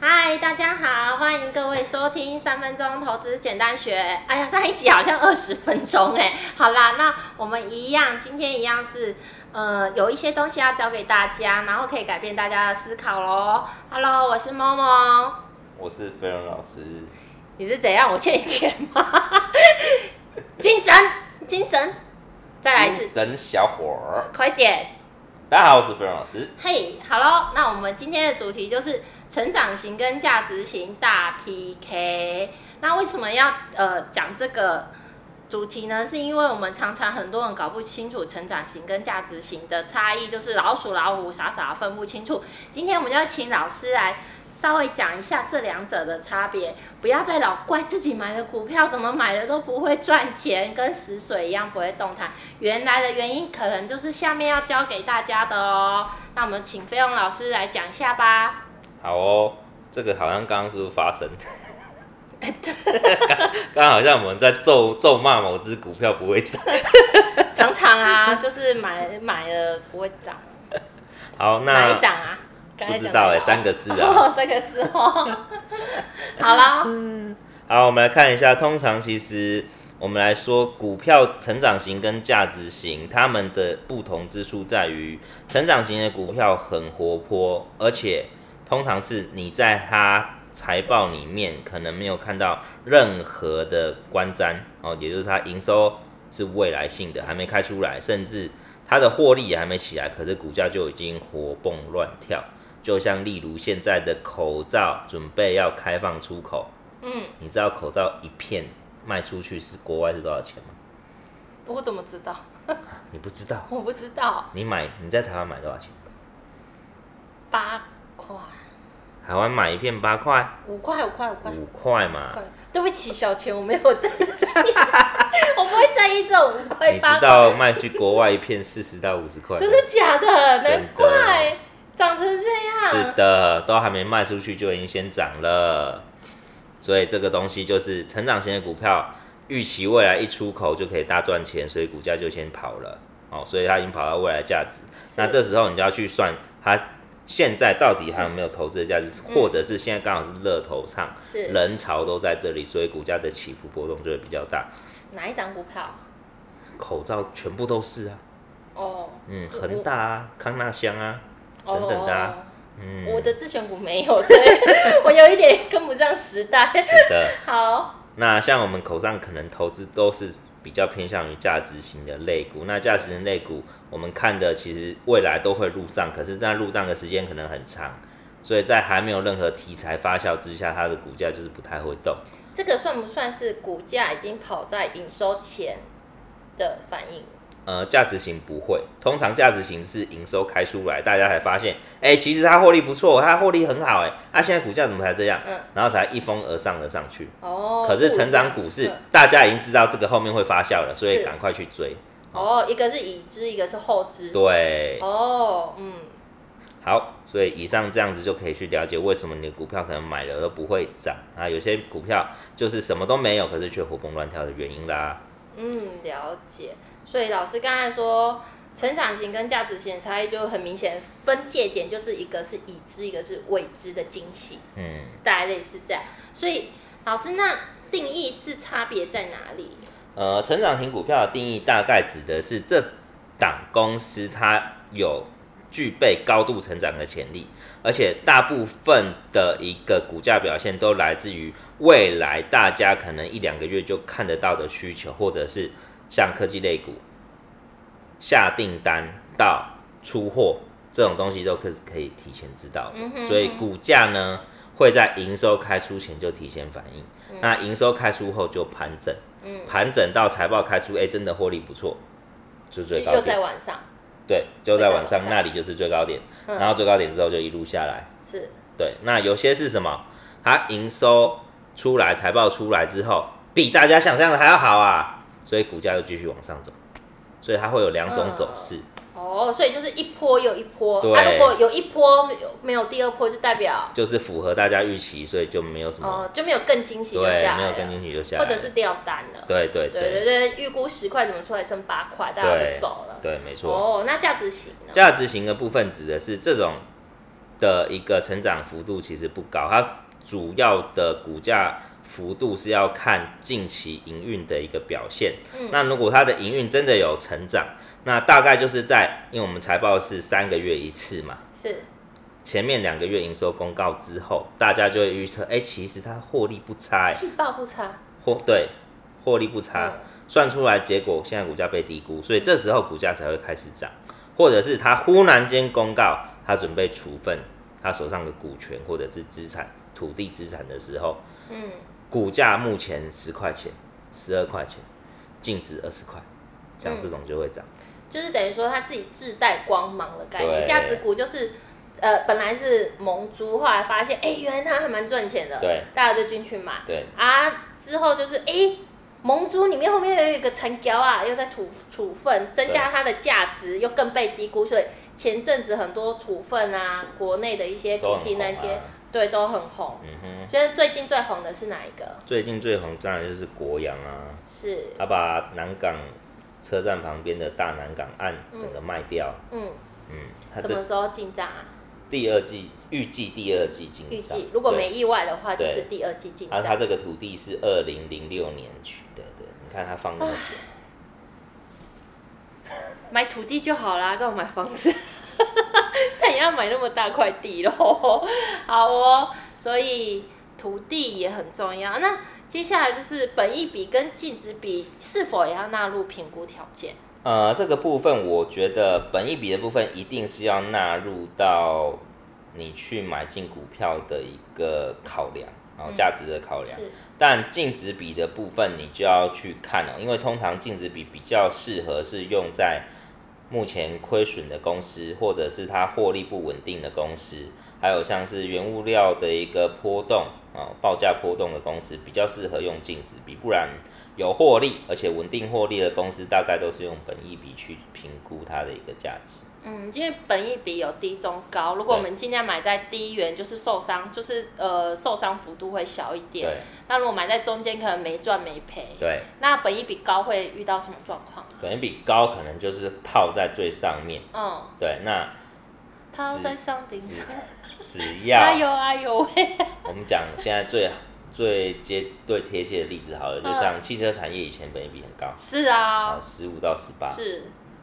嗨，大家好，欢迎各位收听三分钟投资简单学。哎呀，上一集好像二十分钟哎。 好啦，那我们一样，今天一样是呃有一些东西要教给大家，然后可以改变大家的思考喽。Hello，我是猫猫，我是飞龙老师，你是怎样？我欠你钱吗？ 精神，精神，再来一次，神小伙儿。快点。大家好，我是飞龙老师。嘿，好喽，那我们今天的主题就是成长型跟价值型大 PK。那为什么要呃讲这个主题呢？是因为我们常常很多人搞不清楚成长型跟价值型的差异，就是老鼠老虎傻傻分不清楚。今天我们要请老师来。稍微讲一下这两者的差别，不要再老怪自己买的股票怎么买的都不会赚钱，跟死水一样不会动弹。原来的原因可能就是下面要教给大家的哦。那我们请飞鸿老师来讲一下吧。好哦，这个好像刚刚是不是 发生？刚刚好像我们在咒咒骂某只股票不会涨。常常 啊，就是买买了不会涨，好，哪一那档啊？刚不才知讲道哎、哪一档三个字啊。哦，三个字哦。 好了，好，我们来看一下，通常其实我们来说，股票成长型跟价值型，它们的不同之处在于，成长型的股票很活泼，而且通常是你在它财报里面可能没有看到任何的观瞻哦，也就是它营收是未来性的，还没开出来，甚至它的获利也还没起来，可是股价就已经活蹦乱跳。就像例如现在的口罩准备要开放出口，嗯，你知道口罩一片卖出去是国外是多少钱吗？我怎么知道？你不知道，我不知道，你买你在台湾买多少钱？八块，台湾买一片八块，五块，五块，五块。五块嘛。对不起，小钱我没有在意， 我不会在意这五块你八知块，道卖去国外一片四十到五十块吗？真的假的？真的难怪长成这是样。的，都还没卖出去就已经先涨了，所以这个东西就是成长型的股票，预期未来一出口就可以大赚钱，所以股价就先跑了哦，所以它已经跑到未来价值。那这时候你就要去算它现在到底还有没有投资的价值，嗯或者是现在刚好是热头上，是人潮都在这里，所以股价的起伏波动就会比较大。哪一档股票？口罩全部都是啊，哦，嗯，恒大啊，康纳香啊，哦等等的啊嗯，我的自选股没有，所以我有一点跟不上时代。 是的。好，那像我们口上可能投资都是比较偏向于价值型的类股，那价值型类股我们看的其实未来都会入账，可是那入账的时间可能很长，所以在还没有任何题材发酵之下，它的股价就是不太会动。这个算不算是股价已经跑在营收前的反应？呃，价值型不会，通常价值型是营收开出来，大家才发现，哎、其实它获利不错，它获利很好、哎，啊，现在股价怎么才这样？嗯然后才一风而上的上去。哦，可是成长股不一是样嗯大家已经知道这个后面会发酵了，所以是赶快去追。哦，一个是已知，一个是后知。对，哦，嗯，好，所以以上这样子就可以去了解为什么你的股票可能买了都不会涨啊，有些股票就是什么都没有，可是却活蹦乱跳的原因啦。嗯，了解。所以老师刚才说，成长型跟价值型的差异就很明显，分界点就是一个是已知，一个是未知的惊喜，嗯，大概类似这样。所以老师，那定义是差别在哪里？呃，成长型股票的定义大概指的是这档公司它有具备高度成长的潜力，而且大部分的一个股价表现都来自于未来大家可能一两个月就看得到的需求，或者是像科技类股下订单到出货这种东西都可可以提前知道的嗯哼所以股价呢会在营收开出前就提前反应，那营收开出后就盘整。嗯，盘整到财报开出，哎、真的获利不错，就是就最高又在点。晚上，对，就在晚又在上晚上那里就是最高点，嗯然后最高点之后就一路下来。是对，那有些是什么？它营收出来，财报出来之后，比大家想象的还要好啊，所以股价又继续往上走。所以它会有两种走势，哦，所以就是一波又一波。对啊、如果有一波没有没有第二波，就代表就是符合大家预期，所以就没有什么、哦就没有更惊喜就对，下没来了，有跟进去就下来或了，者是掉单了。对对对对对对，预估十块怎么出来剩八块，大家就走了。对，没错。哦，那价值型呢？价值型的部分指的是这种的一个成长幅度其实不高，它主要的股价幅度是要看近期营运的一个表现。嗯那如果它的营运真的有成长，那大概就是在因为我们财报是三个月一次嘛，是前面两个月营收公告之后，大家就会预测，哎、其实它获利不差、哎，气爆不差，获对获利不差。算出来结果，现在股价被低估，所以这时候股价才会开始涨，或者是他忽然间公告他准备处分他手上的股权或者是资产、土地资产的时候，嗯，股价目前十块钱、十二块钱，净值二十块，像这种嗯就会涨。就是等于说他自己自带光芒的概念，对价值股就是。呃，本来是蒙猪，后来发现，哎、原来它还蛮赚钱的，对，大家就进去买对啊。之后就是，哎、蒙猪里面后面有一个成胶啊，又在处处分，增加它的价值，又更被低估。所以前阵子很多处分啊，国内的一些都土很地那红些，啊对，都很红。嗯哼，觉得最近最红的是哪一个？最近最红当然就是国阳啊，是，他把南港车站旁边的大南港岸整个卖掉，嗯，嗯，他什么这时候进账啊？第二季预计第二季进预场计如果对没意外的话，就对是第二季进啊，他账。这个土地是二零零六年取得的，你看他放那么久，嗯买土地就好啦，干嘛买房子？ 但也要买那么大块地咯。 好哦，所以土地也很重要。那接下来就是本益比跟净值比是否也要纳入评估条件？呃，这个部分我觉得本益比的部分一定是要纳入到你去买进股票的一个考量，然后价值的考量。是，但净值比的部分你就要去看哦，因为通常净值比比较适合是用在目前亏损的公司，或者是它获利不稳定的公司，还有像是原物料的一个波动啊、报价波动的公司，比较适合用净值比。不然有获利而且稳定获利的公司，大概都是用本益比去评估它的一个价值。嗯，因为本益比有低中高，如果我们尽量买在低元，就是受伤，就是呃受伤幅度会小一点。对那如果买在中间，可能没赚没赔。对，那本益比高会遇到什么状况啊？本益比高可能就是套在最上面。嗯，对，那它要只在上顶只上。只要哎呦哎呦喂！我们讲现在最最接最贴切的例子好嗯了，就像汽车产业以前本益比很高，是啊啊，，十五到十八，是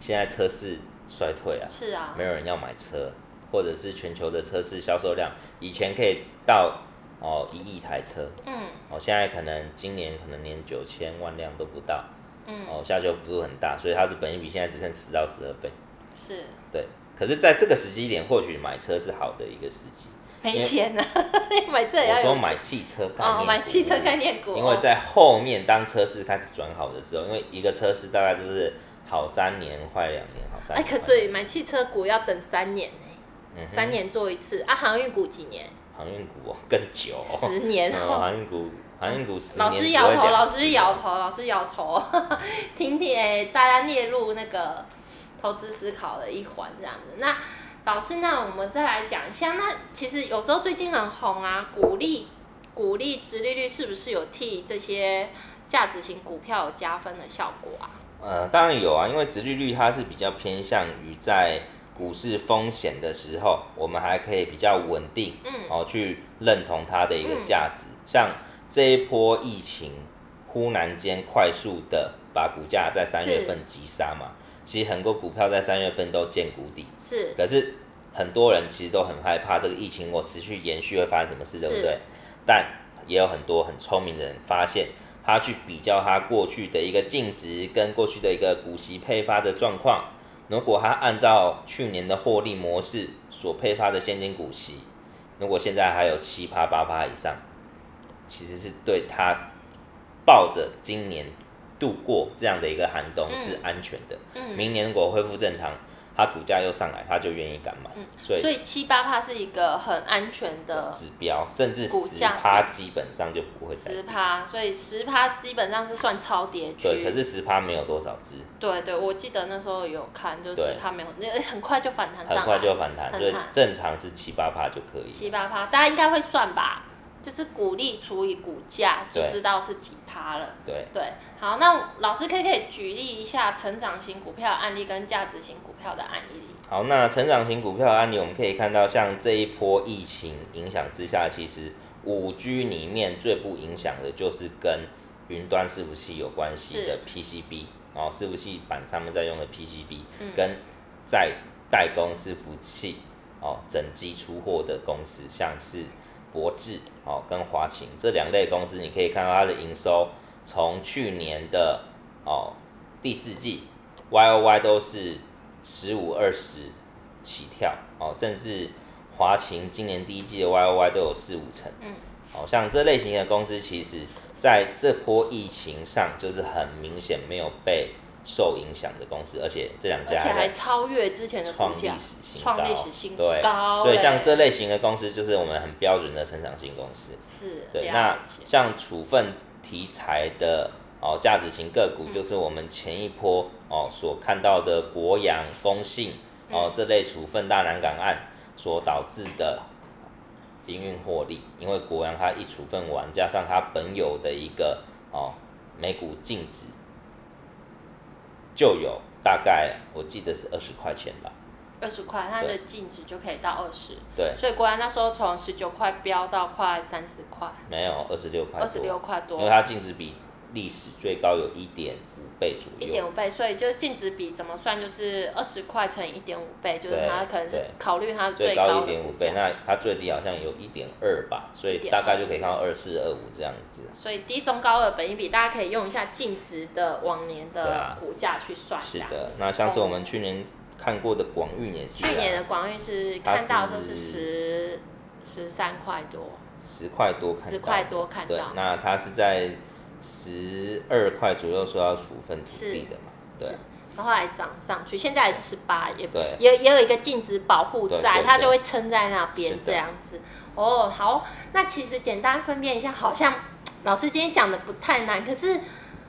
现在车市衰退啊，是啊，没有人要买车，或者是全球的车市销售量以前可以到哦一亿台车，嗯哦现在可能今年可能连九千万辆都不到，嗯，哦下修幅度很大，所以它的本益比现在只剩十到十二倍，是对。可是，在这个时机点，或许买车是好的一个时机。没钱啊， 买这也我要说有买汽车概念哦，股，买汽车概念股，哦因为在后面当车市开始转好的时候，因为一个车市大概就是好三年坏两年，好三哎，年。可坏所以买汽车股要等三年呢，嗯哼三年做一次啊，航运股几年？航运股哦更久 哦、十年嗯哦。航运股航运股十老年师只摇会头，两老次师摇头，老师摇头， 听听哎，大家列入那个投资思考的一环这样子。那老师，那我们再来讲一下，那其实有时候最近很红啊，鼓励鼓励殖利率是不是有替这些价值型股票有加分的效果啊？呃，当然有啊，因为殖利率它是比较偏向于在股市风险的时候，我们还可以比较稳定，嗯哦，去认同它的一个价值。像这一波疫情，忽然间快速的把股价在三月是份急杀嘛，其实很多股票在三月份都见谷底，是可是很多人其实都很害怕这个疫情我持续延续会发生什么事，对不是对？但也有很多很聪明的人发现，他去比较他过去的一个净值跟过去的一个股息配发的状况，如果他按照去年的获利模式所配发的现金股息，如果现在还有七趴八趴以上，其实是对他抱着今年度过这样的一个寒冬嗯是安全的。嗯明年如果恢复正常，它股价又上来，他就愿意敢买。所嗯所以以七八帕是一个很安全的指标甚至股十价趴基本上就不会再十趴，所以十趴基本上是算超跌区。对，可是十趴没有多少只，对对，我记得那时候有看，就是对十趴没有，那很快就反弹上很来，快就反弹，很所以快正常是七八趴就可以。七八趴，大家应该会算吧？就是股利除以股价，就对知道是几趴了。对，对，好，那老师可以可以举例一下成长型股票的案例跟价值型股票的案例。好，那成长型股票的案例，我们可以看到，像这一波疫情影响之下，其实五 G 里面最不影响的就是跟云端伺服器有关系的 PCB 哦，伺服器板上面在用的 PCB，、嗯跟在代工伺服器哦整机出货的公司，像是博智哦跟华勤这两类公司，你可以看到它的营收从去年的哦第四季 Y O Y 都是十五二十起跳哦，甚至华勤今年第一季的 Y O Y 都有四五成。嗯，好、像这类型的公司，其实在这波疫情上就是很明显没有被受影响的公司，而且这两而家且还在超越之前的创股历价，史新高，创历史新对，高所以嘞像这类型的公司就是我们很标准的成长型公司。是对，那了解像处分题材的哦，价值型个嗯股就是我们前一波哦所看到的国阳、工信哦嗯这类处分大南港案所导致的营运获利，因为国阳它一处分完，加上它本有的一个哦每股净值就有大概我记得是二十块钱吧，二十块，它的净值就可以到二十，对，所以果然那时候从十九块飙到快三十块，没有二十六块二十六多，块因为多，它净值比历史最高有一点五倍左一右。点五倍，所以就是净值比怎么算，就是二十块乘以一点五倍，就是对它可能是对考虑它最高高一的点五股倍价，，那它最低好像有一点二吧，所以1.2大概就可以看到二四二五这样子。所以低中高的本益比，大家可以用一下净值的往年对的啊股价去算是一下。的，那像是我们去年看过的广运也是、去年啊的，广运是它看到就是十是十三块多，十块多看到， 10块多看到对，那它是在十二块左右说要处分土地的嘛，对是然后后来涨上去，现在也是十八，也对也也有一个净值保护对在，对它就对会撑在那边是的这样子。哦，好，那其实简单分辨一下，好像老师今天讲的不太难，可是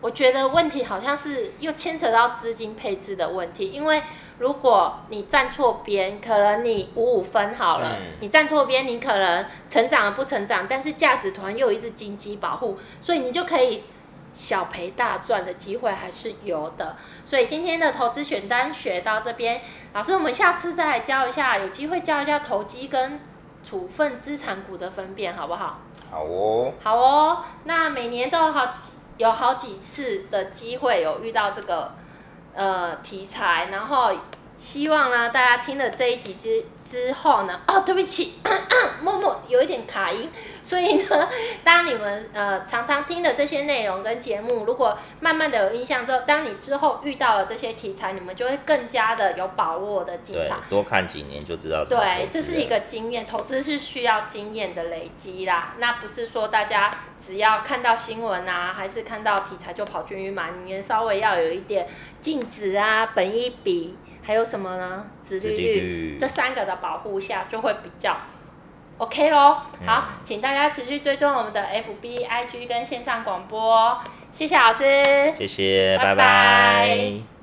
我觉得问题好像是又牵扯到资金配置的问题，因为如果你站错边，可能你五五分好了，嗯你站错边，你可能成长了不成长，但是价值团又有一只金鸡保护，所以你就可以小赔大赚的机会还是有的。所以今天的投资选单学到这边，老师，我们下次再来教一下，有机会教一下投机跟处分资产股的分辨，好不好？好哦，好哦，那每年都有好几有好几次的机会有遇到这个呃题材，然后希望呢大家听了这一集之之后呢，哦，对不起， 默默有一点卡音，所以呢， 当你们呃常常听的这些内容跟节目，如果慢慢的有印象之后，当你之后遇到了这些题材，你们就会更加的有把握的进对场。，多看几年就知道怎么投对，资这是一了个经验，投资是需要经验的累积啦。那不是说大家只要看到新闻啊，还是看到题材就跑进去买，你也稍微要有一点净值啊、本益比，还有什么呢？殖利殖利率率这三个的保护下，就会比较 OK 咯。嗯好，请大家持续追踪我们的 FB、IG 跟线上广播哦。谢谢老师。谢谢，拜拜拜拜